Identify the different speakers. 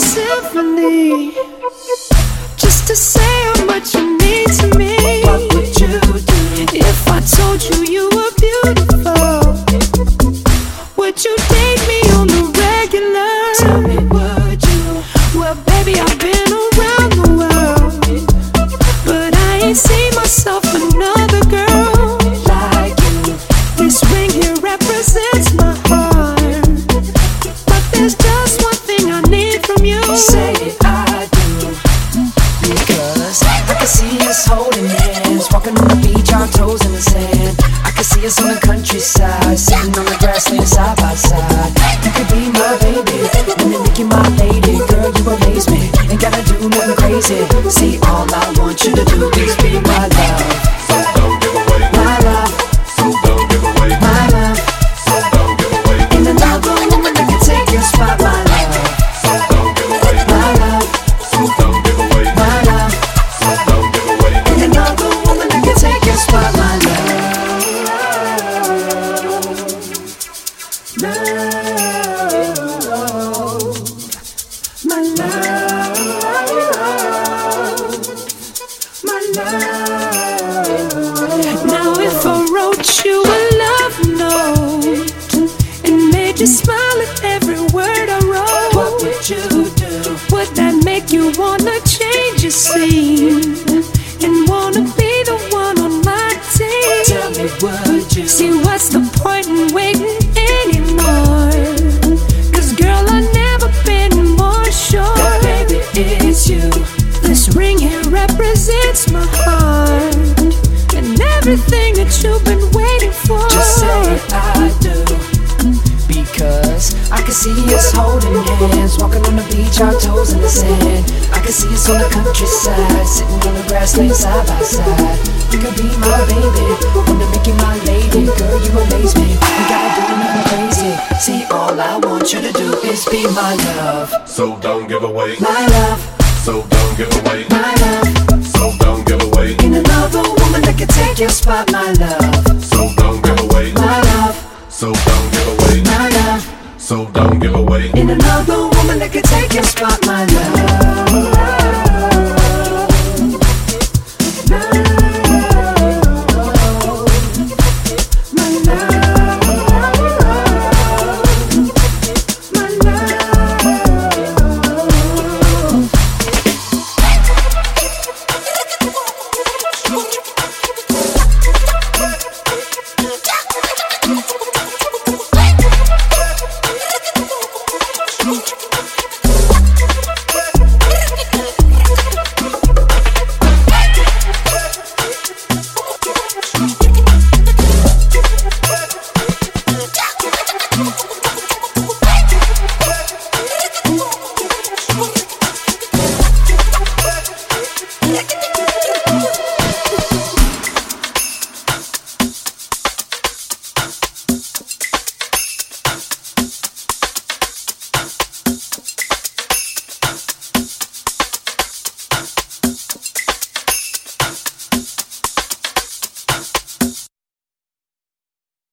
Speaker 1: symphony just to say how much you mean to me. What would you do if I told you you were beautiful? Would you date me on the regular? Tell me, would you? Well, baby, I've been around the world, but I ain't seen myself another girl like you. This ring here represents my heart. But there's just one thing I need from you.
Speaker 2: Say I do because I can see us holding hands, walking on the beach, our toes in the sand. I can see us on the countryside, sitting on the grassland side by side. You could be my baby, and then make you my lady. Girl, you amaze me, ain't gotta do nothing crazy. See, all I want you to do is be my love,
Speaker 3: So don't give away,
Speaker 2: my love,
Speaker 3: so don't give away,
Speaker 2: my love.
Speaker 3: so don't give away,
Speaker 2: In another woman that can take your spot, my love,
Speaker 3: so don't give away,
Speaker 2: my love,
Speaker 3: so don't give away,
Speaker 2: my love.
Speaker 3: so don't give away.
Speaker 2: Another woman that can take your spot, my love.
Speaker 1: My love, my love. Now if I wrote you a love note and made you smile at every word I wrote, what would you do? Would that make you wanna change your scene and wanna be the one on my team?
Speaker 2: Tell me, would you?
Speaker 1: See what's the point in waiting anymore? Cause girl, I've never been more sure.
Speaker 2: That baby is you.
Speaker 1: This ring here represents my heart and everything that you've been waiting for.
Speaker 2: Just say I do. Because I can see us holding hands, walking on the beach, our toes in the sand. I can see us on the countryside, sitting on the grassland side by side. You could be my baby, wanna make you my lady. Girl, you amaze me. You gotta do nothing crazy. See, all I want you to do is be my love,
Speaker 3: So don't give away,
Speaker 2: my love,
Speaker 3: so don't give away,
Speaker 2: my love.
Speaker 3: so don't give away,
Speaker 2: In another woman that can take your spot, my love,
Speaker 3: so don't give away,
Speaker 2: my love,
Speaker 3: so don't give away,
Speaker 2: my love.
Speaker 3: so don't give away.
Speaker 2: In another woman that can take your spot, my love.